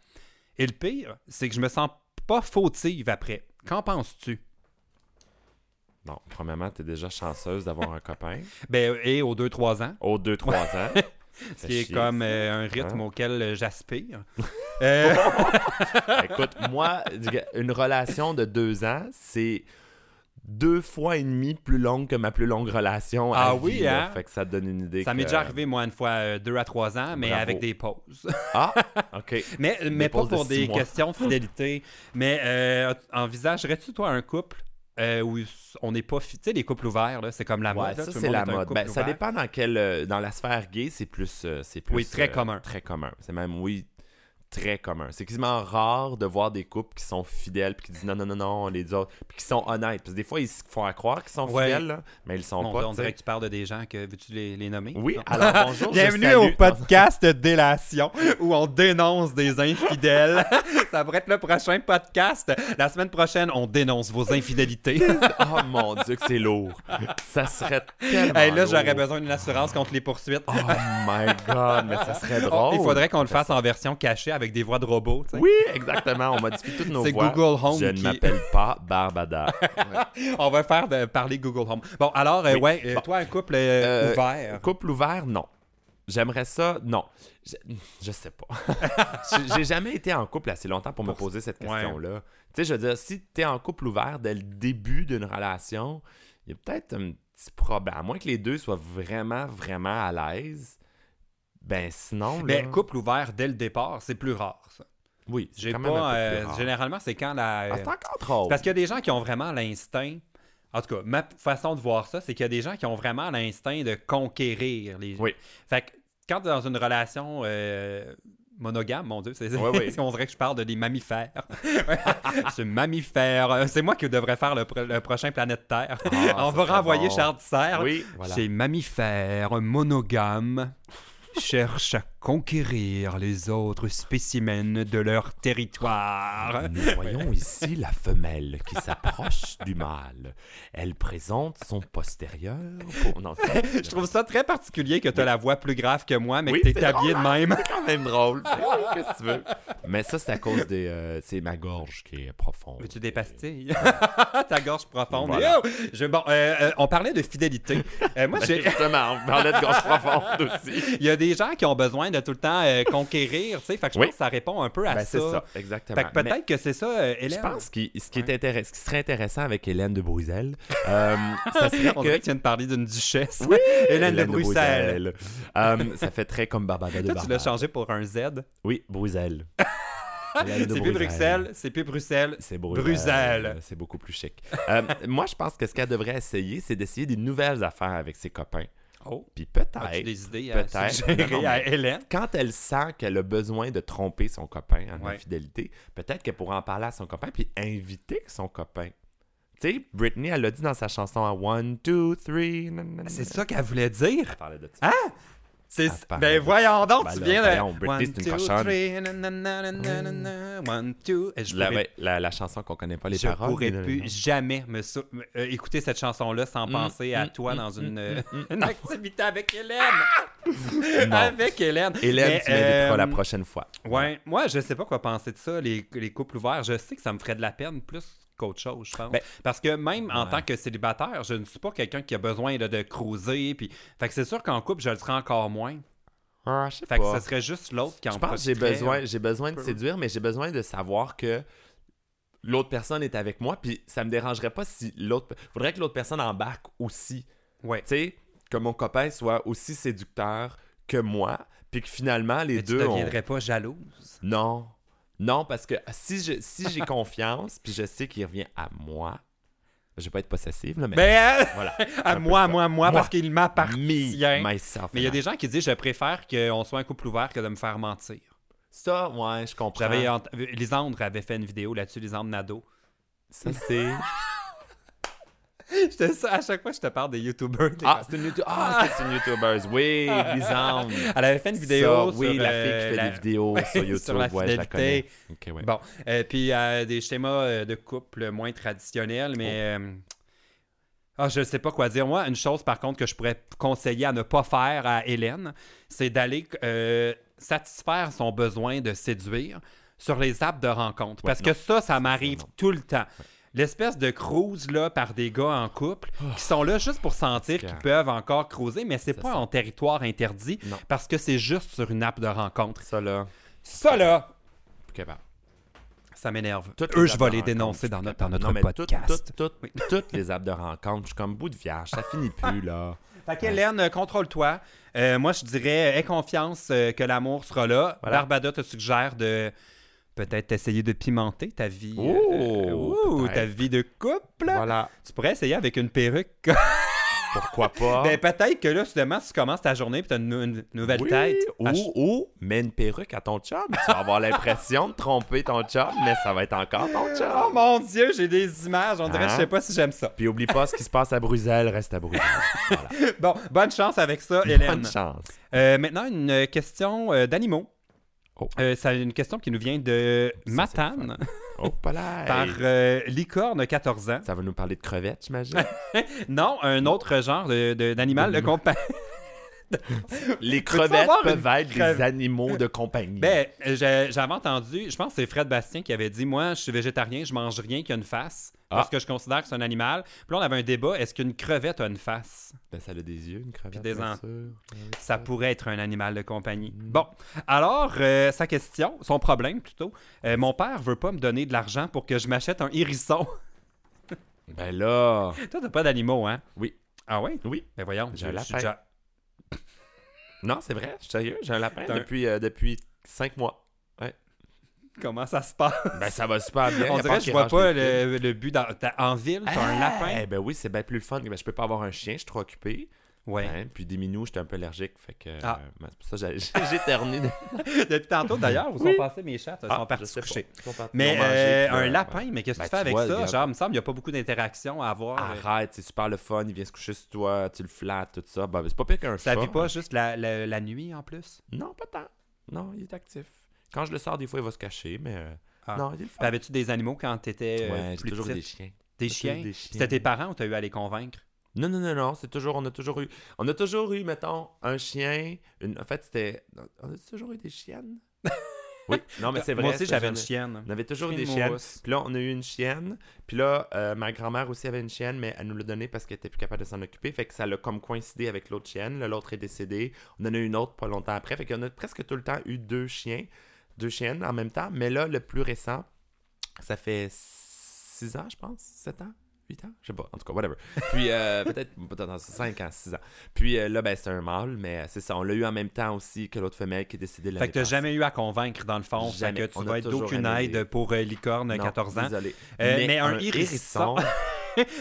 S1: Et le pire, c'est que je me sens pas fautive après. Qu'en penses-tu?
S2: Bon, premièrement, t'es déjà chanceuse d'avoir un copain
S1: Ben, et aux 2-3 ans,
S2: aux 2-3 ans.
S1: ce qui est comme euh, un rythme
S2: Hein? Oh,
S1: auquel euh, j'aspire. Euh,
S2: Écoute, moi, une relation de 2 ans, c'est deux fois et demi plus longue que ma plus longue relation. à
S1: Ah
S2: vie,
S1: oui,
S2: là.
S1: hein?
S2: Fait que ça te donne une idée.
S1: ça m'est
S2: que-
S1: déjà arrivé, moi, une fois 2 à 3 ans, mais
S2: Bravo.
S1: avec des pauses.
S2: Ah, ok.
S1: Mais, mais pas
S2: pauses de
S1: pour
S2: six
S1: des
S2: mois.
S1: questions de fidélité. mais euh, envisagerais-tu, toi, un couple euh, où on n'est pas. fi- Tu sais, les couples ouverts, là, c'est comme la
S2: Ouais,
S1: mode. là,
S2: ça
S1: tout le
S2: c'est
S1: monde
S2: la
S1: est un
S2: mode.
S1: couple
S2: Ben, ça
S1: ouvert.
S2: dépend dans quelle euh, dans la sphère gay, c'est plus euh, c'est plus
S1: Oui, très
S2: euh,
S1: commun.
S2: Très commun. C'est même oui, très commun. C'est quasiment rare de voir des couples qui sont fidèles puis qui disent non non non non, les autres puis qui sont honnêtes. Parce que des fois ils se font à croire qu'ils sont
S1: Ouais.
S2: fidèles, là, mais ils le sont
S1: Mon
S2: pas.
S1: Dieu, on
S2: tu sais.
S1: dirait que tu parles de des gens que veux-tu les, les nommer?
S2: Oui,
S1: Non.
S2: alors bonjour. je
S1: Bienvenue
S2: salue-
S1: au podcast de Délation où on dénonce des infidèles. ça pourrait être le prochain podcast. La semaine prochaine, on dénonce vos infidélités.
S2: Oh mon dieu que c'est lourd. Ça serait tellement.
S1: Hey, là, j'aurais
S2: lourd.
S1: besoin d'une assurance contre les poursuites.
S2: Oh my god, mais ça serait drôle.
S1: Oh, Il faudrait qu'on le fasse en version cachée avec des voix de robots. tu sais.
S2: Oui, exactement. On modifie toutes nos
S1: C'est
S2: voix.
S1: Google Home
S2: Je
S1: qui-
S2: ne m'appelle pas Barbada.
S1: On va faire de- parler Google Home. Bon, alors, euh,
S2: Oui.
S1: ouais, euh, toi, un couple euh,
S2: Euh,
S1: ouvert.
S2: Couple ouvert, non. J'aimerais ça, non. Je, je sais pas. J'ai- J'ai jamais été en couple assez longtemps pour me
S1: Pour-
S2: poser cette
S1: ouais.
S2: question-là. Tu sais, je veux dire, si t'es en couple ouvert dès le début d'une relation, il y a peut-être un petit problème. À moins que les deux soient vraiment, vraiment à l'aise. Ben sinon,
S1: Mais
S2: là...
S1: couple ouvert dès le départ, c'est plus rare. ça.
S2: oui, c'est
S1: J'ai
S2: quand même
S1: pas.
S2: un peu
S1: euh,
S2: plus rare.
S1: généralement, c'est quand la. euh,
S2: Ah, c'est encore trop.
S1: parce qu'il y a des gens qui ont vraiment l'instinct. En tout cas, ma p- façon de voir ça, c'est qu'il y a des gens qui ont vraiment l'instinct de conquérir les gens.
S2: Oui.
S1: Fait que quand t'es dans une relation euh, monogame, mon Dieu, c'est,
S2: Ouais, ouais.
S1: on dirait que je parle de des mammifères. Ce mammifère, euh, c'est moi qui devrais faire le, pro- le prochain planète Terre.
S2: Ah,
S1: on
S2: ça
S1: va
S2: serait
S1: renvoyer
S2: bon.
S1: Charles Serre.
S2: Oui, voilà.
S1: C'est mammifère, monogame. cherchent à conquérir les autres spécimens de leur territoire.
S2: Nous voyons ici la femelle qui s'approche du mâle. Elle présente son postérieur pour... Non, c'est-
S1: Je trouve ça très particulier que t'as la voix plus grave que moi, mais
S2: Oui,
S1: que
S2: c'est
S1: t'es habillé de même.
S2: C'est quand même drôle. Ben oui, Qu'est-ce que tu veux? Mais ça, c'est à cause des... euh, c'est ma gorge qui est profonde.
S1: Veux-tu des pastilles? Ta gorge profonde.
S2: Voilà.
S1: Et oh! Je- bon, euh, euh, on parlait de fidélité. Euh,
S2: Ben,
S1: moi, j'ai-
S2: Justement, on parlait de gorge profonde aussi.
S1: il y a des gens qui ont besoin de tout le temps euh, conquérir, tu sais. Fait que je
S2: Oui.
S1: pense que ça répond un peu à
S2: Ben, c'est
S1: ça.
S2: ça, exactement.
S1: Fait que
S2: Mais-
S1: peut-être que c'est ça, euh, Hélène.
S2: Je pense que ce, qui est intéress- ce qui serait intéressant avec Hélène de Bruxelles, euh, ça serait
S1: On dirait
S2: que.
S1: que tu viens de parler d'une duchesse. Hélène de Bruxelles.
S2: Bruxelles. Euh, ça fait très comme Barbara de
S1: Toi, tu l'as
S2: Barbare.
S1: changé pour un Z.
S2: Oui, Bruxelles. Hélène de
S1: C'est plus Bruxelles, c'est plus Bruxelles.
S2: C'est Bruxelles.
S1: Bruxelles.
S2: C'est beaucoup plus chic. Euh, moi, je pense que ce qu'elle devrait essayer, c'est d'essayer des nouvelles affaires avec ses copains.
S1: Oh,
S2: Puis
S1: as-tu
S2: peut-être,
S1: des idées à
S2: peut-être.
S1: suggérer
S2: Non, non,
S1: à
S2: mais-
S1: Hélène?
S2: quand elle sent qu'elle a besoin de tromper son copain en
S1: Ouais.
S2: infidélité, peut-être qu'elle pourrait en parler à son copain puis inviter son copain. Tu sais, Britney, elle l'a dit dans sa chanson à One, Two, Three. nanana.
S1: C'est ça qu'elle voulait dire?
S2: Elle parlait de ça.
S1: C'est...
S2: parle
S1: Ben
S2: de-
S1: voyons donc,
S2: Ben
S1: tu
S2: là,
S1: viens
S2: voyons,
S1: de...
S2: Britney, c'est une
S1: two,
S2: cochonne.
S1: three, nanana, nanana, one, two... Et Je
S2: La,
S1: pourrais,
S2: ouais, la- la chanson qu'on connaît pas les
S1: je
S2: paroles.
S1: pourrais
S2: nanana.
S1: plus jamais me sou- me- euh, écouter cette chanson-là sans
S2: Mm,
S1: penser à toi dans une, euh, une activité avec Hélène.
S2: Non.
S1: avec Hélène.
S2: Hélène,
S1: Mais,
S2: tu m'inviteras la
S1: euh,
S2: prochaine fois.
S1: Ouais, moi, je sais pas quoi penser de ça, les, les couples ouverts. Je sais que ça me ferait de la peine plus qu'autre chose, je pense.
S2: Ben,
S1: Parce que même en
S2: ouais.
S1: tant que célibataire, je ne suis pas quelqu'un qui a besoin là, de cruiser. Puis... Fait que c'est sûr qu'en couple, je le serais encore moins.
S2: Ah, je sais
S1: Fait que
S2: pas.
S1: ce serait juste l'autre qui en
S2: Je pense que j'ai
S1: profiterait.
S2: besoin, j'ai besoin de
S1: peu.
S2: séduire, mais j'ai besoin de savoir que l'autre personne est avec moi, puis ça me dérangerait pas si l'autre. Faudrait que l'autre personne embarque aussi.
S1: hein. Ouais.
S2: Tu sais, que mon copain soit aussi séducteur que moi, puis que finalement les
S1: Mais tu
S2: deux. ont-
S1: deviendrais pas jalouse.
S2: Non, non, parce que si je, si j'ai confiance, puis je sais qu'il revient à moi, je vais pas être possessive là, mais
S1: Ben,
S2: voilà.
S1: à
S2: un peu
S1: moi, à
S2: ça.
S1: moi, à moi,
S2: Moi.
S1: parce qu'il
S2: Me,
S1: m'appartient.
S2: myself,
S1: hein. Mais il y a
S2: and I.
S1: des gens qui disent je préfère qu'on soit un couple ouvert que de me faire mentir.
S2: Ça, ouais, je comprends.
S1: J'avais ent- Lisandre avait fait une vidéo là-dessus, Lisandre Nadeau.
S2: Ça c'est.
S1: Je te- ça, à chaque fois, je te parle des youtubeurs. des
S2: Ah, c'est une, youtu- ah, c'est une youtubeuse. Oui, Lisande.
S1: Elle avait fait Ah. une vidéo
S2: Ça, oui,
S1: sur,
S2: la
S1: euh,
S2: fille qui fait
S1: la-
S2: des vidéos sur YouTube.
S1: sur la
S2: ouais, je la connais.
S1: fidélité.
S2: Ok, ouais.
S1: Bon, euh, puis euh, des schémas euh, de couple moins traditionnels, mais... euh, Ah, je sais pas quoi dire. Moi, une chose, par contre, que je pourrais conseiller à ne pas faire à Hélène, c'est d'aller euh, satisfaire son besoin de séduire sur les apps de rencontre. Parce que ça, ça m'arrive
S2: non.
S1: tout le temps. L'espèce de cruise là par des gars en couple qui sont là juste pour sentir qu'ils
S2: Écœurant.
S1: peuvent encore cruiser, mais c'est pas en territoire interdit
S2: Non.
S1: parce que c'est juste sur une app de rencontre.
S2: Ça, là,
S1: Ça là,
S2: plus capable.
S1: ça m'énerve.
S2: Toutes
S1: Eux,
S2: les
S1: je
S2: apps
S1: vais
S2: de
S1: les
S2: rencontre,
S1: dénoncer dans
S2: je suis
S1: notre, dans
S2: capable.
S1: notre
S2: Non, mais toutes-
S1: podcast.
S2: toutes- toutes- Toutes les apps de rencontre, je suis comme bout de vierge, ça finit plus, là.
S1: Fait qu'Hélène, euh, contrôle-toi. Euh, moi, je dirais, euh, aie confiance euh, que l'amour sera là.
S2: Voilà.
S1: Barbada te suggère de peut-être essayer de pimenter ta vie. euh,
S2: Oh,
S1: euh, ouh,
S2: peut-être.
S1: ta vie de couple.
S2: Voilà.
S1: Tu pourrais essayer avec une perruque.
S2: Pourquoi pas?
S1: Ben, peut-être que là, soudainement, tu commences ta journée et tu as une, nou- une nouvelle
S2: Oui,
S1: tête.
S2: Ou,
S1: Ah, je-
S2: ou mets une perruque à ton chum. Tu vas avoir l'impression de tromper ton chum, mais ça va être encore ton
S1: Oh
S2: chum.
S1: mon Dieu, j'ai des images. On dirait,
S2: Hein?
S1: je sais pas si j'aime ça.
S2: Puis oublie pas ce qui se passe à Bruxelles, reste à Bruxelles. Voilà.
S1: Bon, bonne chance avec ça, Hélène.
S2: Bonne chance.
S1: Euh, maintenant, une euh, question euh, d'animaux.
S2: Oh.
S1: Euh, c'est une question qui nous vient de
S2: c'est
S1: Matane
S2: Oh, pas là.
S1: par euh, Licorne 14 ans.
S2: Ça va nous parler de crevettes, j'imagine.
S1: Non, un
S2: Oh.
S1: autre genre de- de- d'animal de,
S2: D'animal.
S1: compagnie.
S2: Les
S1: Peux-tu
S2: crevettes
S1: avoir une
S2: peuvent être
S1: crevette?
S2: des animaux de compagnie.
S1: Ben, euh, j'ai- j'avais entendu, je pense que c'est Fred Bastien qui avait dit Moi, je suis végétarien, je mange rien qui a une face. Parce
S2: Ah.
S1: que je considère que c'est un animal. Puis là, on avait un débat est-ce qu'une crevette a une face
S2: Ben, ça a des yeux, une crevette.
S1: des Ben
S2: bien
S1: en-
S2: sûr. Ouais.
S1: Ça pourrait être un animal de compagnie.
S2: Mm.
S1: Bon, alors, euh, sa question, son problème plutôt euh, Mon père veut pas me donner de l'argent pour que je m'achète un hérisson.
S2: Ben là.
S1: Toi, t'as pas d'animaux, hein
S2: Oui.
S1: Ah ouais
S2: Oui.
S1: Ben voyons,
S2: J'ai
S1: je-
S2: un
S1: je suis
S2: lapin.
S1: déjà-
S2: Non, c'est vrai, je suis sérieux. J'ai un lapin
S1: T'as un-
S2: depuis, euh, depuis cinq mois.
S1: Comment ça se passe
S2: Ben, ça va super bien.
S1: On
S2: Y a
S1: dirait que
S2: qui
S1: je vois
S2: range
S1: pas
S2: les fils.
S1: le, le but. dans- t'as- en ville, t'as un
S2: Eh
S1: lapin.
S2: ben oui, c'est bien plus le fun. Ben, je peux pas avoir un chien, je suis trop occupé.
S1: Ouais.
S2: Ouais, puis des minous, j'étais un peu allergique. Fait que.
S1: Ah.
S2: euh, ben, c'est pour ça que j'ai- j'éternu. de-
S1: Depuis tantôt d'ailleurs, où
S2: Oui.
S1: sont passés mes chats, ils
S2: Ah,
S1: sont
S2: je
S1: partis
S2: sais pas.
S1: coucher.
S2: Ils sont partis-
S1: Mais
S2: ils ont mangé,
S1: euh,
S2: puis là,
S1: un
S2: ouais.
S1: lapin, mais qu'est-ce que
S2: Ben,
S1: tu fais
S2: tu
S1: avec
S2: vois,
S1: ça?
S2: regarde.
S1: Genre, il me semble qu'il n'y a pas beaucoup d'interactions à avoir.
S2: Arrête, c'est super le fun. Il vient se coucher sur toi, tu le flattes, tout ça. Ah. Ben, c'est pas pire qu'un
S1: Ça
S2: chat.
S1: vit pas juste la, la- la nuit en plus?
S2: Non, pas tant. Non, il est actif. Quand je le sors, des fois, il va se cacher, mais. euh,
S1: Ah.
S2: Non, il est le fun.
S1: Puis Avais-tu des animaux quand t'étais euh,
S2: Ouais, j'ai
S1: plus
S2: toujours
S1: petite?
S2: des chiens.
S1: Des
S2: toujours
S1: chiens?
S2: des chiens.
S1: C'était tes parents ou t'as eu à les convaincre?
S2: Non, non, non, non, c'est toujours, on a toujours eu, on a toujours eu, mettons, un chien, une- en fait, c'était, on a toujours eu des chiennes? oui, non, mais Ben, c'est vrai.
S1: Moi aussi,
S2: ça,
S1: j'avais
S2: j'en
S1: une
S2: ai-
S1: chienne.
S2: On avait toujours des
S1: Primo
S2: chiennes.
S1: Ross.
S2: Puis là, on a eu une chienne. Puis là, euh, ma grand-mère aussi avait une chienne, mais elle nous l'a donnée parce qu'elle était plus capable de s'en occuper. Fait que ça l'a comme coïncidé avec l'autre chienne. Là, L'autre est décédée. On en a eu une autre pas longtemps après. Fait qu'on a presque tout le temps eu deux chiens, deux chiennes en même temps. Mais là, le plus récent, ça fait six ans, je pense, sept ans. 8 ans? Je sais pas, en tout cas, whatever. Puis euh, peut-être, peut-être 5 ans, 6 ans. Puis euh, là, ben, c'est un mâle, mais c'est ça, on l'a eu en même temps aussi que l'autre femelle qui est décédée l'année
S1: Fait que t'as
S2: passée.
S1: jamais eu à convaincre, dans le fond. Fait
S2: Jamais.
S1: que tu
S2: On a
S1: vas être
S2: toujours
S1: d'aucune
S2: aimé les-
S1: aide pour euh, Licorne à
S2: Non,
S1: 14 ans.
S2: désolé.
S1: Euh, mais un hérisson.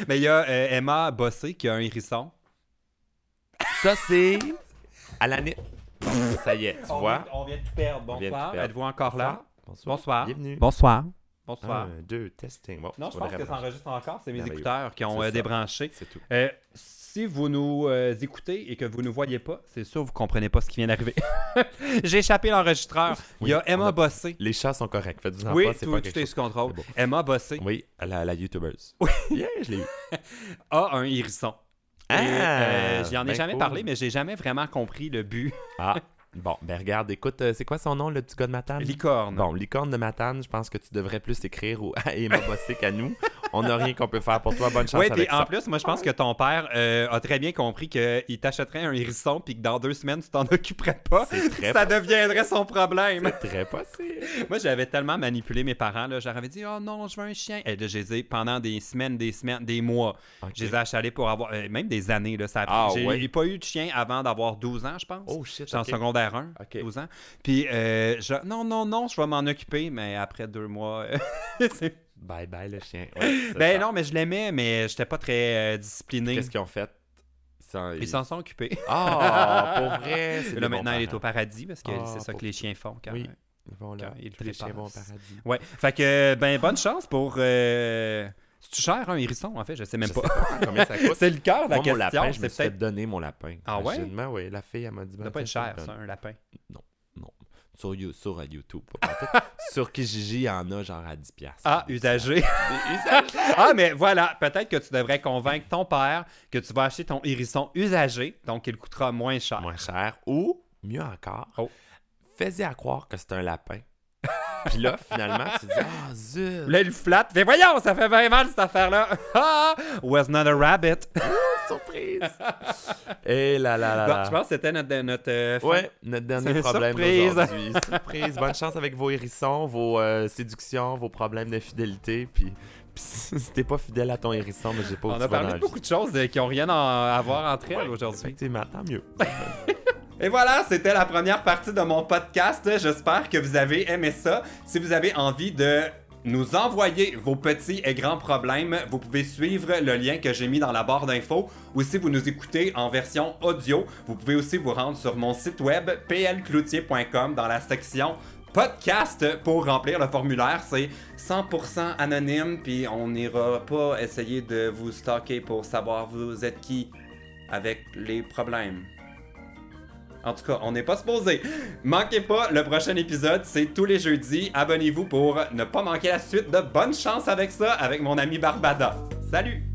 S1: Mais il y a euh, Emma Bossé qui a un hérisson.
S2: Ça, c'est à l'année. Ça y est, tu vois.
S1: de tout perdre.
S2: On vient de tout perdre.
S1: Êtes-vous encore là?
S2: Bonsoir.
S1: Bonsoir.
S2: Bienvenue.
S1: Bonsoir. Bonsoir.
S2: Un, deux, testing. Bon,
S1: non,
S2: tu
S1: je
S2: vas
S1: pense que
S2: Ah, le
S1: ça
S2: répondre.
S1: enregistre encore. C'est mes
S2: Merveilleux.
S1: écouteurs qui ont
S2: C'est
S1: euh,
S2: ça.
S1: débranché.
S2: C'est tout.
S1: Euh, si vous nous euh, écoutez et que vous ne nous voyez pas, c'est sûr que vous comprenez pas ce qui vient d'arriver. J'ai échappé l'enregistreur. Il y a
S2: Oui, on
S1: Emma
S2: a-
S1: Bossé.
S2: Les chats sont corrects. Faites-vous en
S1: Oui,
S2: pas, c'est
S1: tout,
S2: pas
S1: tout
S2: quelque
S1: est
S2: chose.
S1: sous contrôle.
S2: C'est
S1: Emma Bossé
S2: Oui, la, la youtubeuse. Oui. Yeah, je l'ai eu.
S1: a un hérisson. Et, euh, J'y en ai
S2: ben
S1: jamais
S2: cool.
S1: parlé, mais j'ai jamais vraiment compris le but.
S2: Ah, bon, ben regarde, écoute, euh, c'est quoi son nom, le petit gars de Matane?
S1: Licorne.
S2: Bon, licorne de Matane, je pense que tu devrais plus écrire au- à Emma Bossé qu'à nous. On n'a rien qu'on peut faire pour toi. Bonne chance
S1: Oui,
S2: avec
S1: en
S2: ça.
S1: plus, moi, je pense que ton père euh, a très bien compris qu'il t'achèterait un hérisson puis que dans deux semaines, tu t'en occuperais pas.
S2: C'est très
S1: Ça deviendrait son problème.
S2: C'est très possible.
S1: moi, j'avais tellement manipulé mes parents. Là, je leur avais dit Oh non, je veux un chien. Et là, je les ai, pendant des semaines, des semaines, des mois,
S2: Ok.
S1: je les ai achalés pour avoir. euh, même des années, là, ça a pris.
S2: Ah,
S1: J'ai
S2: ouais.
S1: j'ai pas eu de chien avant d'avoir 12 ans, je pense.
S2: Oh shit.
S1: J'étais en
S2: ok.
S1: secondaire 1,
S2: Ok.
S1: 12 ans. Puis, euh, je- non, non, non, je vais m'en occuper, mais après deux mois. euh, c'est-
S2: Bye bye le chien. Ouais, c'est
S1: ben
S2: ça.
S1: non, mais je l'aimais, mais j'étais pas très euh, discipliné.
S2: Qu'est-ce qu'ils ont fait? Sans-
S1: Ils s'en sont occupés.
S2: Ah, pour vrai! C'est
S1: Là,
S2: des bons
S1: maintenant, il est au
S2: parents.
S1: paradis parce que
S2: Ah,
S1: c'est ça
S2: pour
S1: que les chiens font quand
S2: Oui.
S1: même.
S2: Ils vont là,
S1: Quand ils
S2: tous les chiens
S1: trépassent.
S2: vont au paradis.
S1: Ouais. Fait que, ben, bonne chance pour. Euh... C'est-tu cher, un hérisson, en fait Je sais même
S2: Je
S1: pas.
S2: sais pas combien ça coûte.
S1: C'est le cœur de la
S2: Moi, mon lapin,
S1: question.
S2: je me
S1: C'est
S2: suis fait
S1: peut-être.
S2: donner mon lapin.
S1: Ah ouais?
S2: Imagine-moi, oui. La fille, elle m'a dit...
S1: Ça
S2: ben,
S1: doit pas
S2: tiens,
S1: être
S2: je te
S1: cher,
S2: le
S1: ça,
S2: donne.
S1: un lapin.
S2: Sur, You- sur YouTube. pas partout. sur Kijiji, il y en a genre à 10$. piastres.
S1: Ah, usagé.
S2: Des usages.
S1: ah, mais voilà, peut-être que tu devrais convaincre ton père que tu vas acheter ton hérisson usagé, donc il coûtera moins cher.
S2: Moins cher. Ou, mieux encore,
S1: Oh.
S2: faisais à croire que c'est un lapin. Puis là, finalement, tu dis « Ah, zut! »
S1: Là, il le flatte. Mais voyons, ça fait bien mal cette affaire-là. Ah, was not a rabbit.
S2: Surprise! Et là là là
S1: Bon,
S2: là.
S1: je pense que c'était notre. notre euh, fin.
S2: Ouais, notre dernier
S1: C'est
S2: problème
S1: surprise.
S2: d'aujourd'hui. Surprise. Bonne chance avec vos hérissons, vos euh, séductions, vos problèmes de fidélité. Puis, puis si t'es pas fidèle à ton hérisson, mais j'ai pas où
S1: On
S2: tu
S1: a
S2: vas
S1: parlé
S2: dans
S1: de
S2: la
S1: beaucoup
S2: vie.
S1: de choses euh, qui n'ont rien à à voir entre elles aujourd'hui.
S2: Effectivement, tant mieux.
S1: Et voilà, c'était la première partie de mon podcast. J'espère que vous avez aimé ça. Si vous avez envie de nous envoyer vos petits et grands problèmes, vous pouvez suivre le lien que j'ai mis dans la barre d'infos ou si vous nous écoutez en version audio, vous pouvez aussi vous rendre sur mon site web plcloutier.com dans la section podcast pour remplir le formulaire. C'est 100% anonyme, puis on n'ira pas essayer de vous stalker pour savoir vous êtes qui avec les problèmes. En tout cas, on n'est pas supposé. Manquez pas le prochain épisode, c'est tous les jeudis. Abonnez-vous pour ne pas manquer la suite de Bonne chance avec ça avec mon ami Barbada. Salut!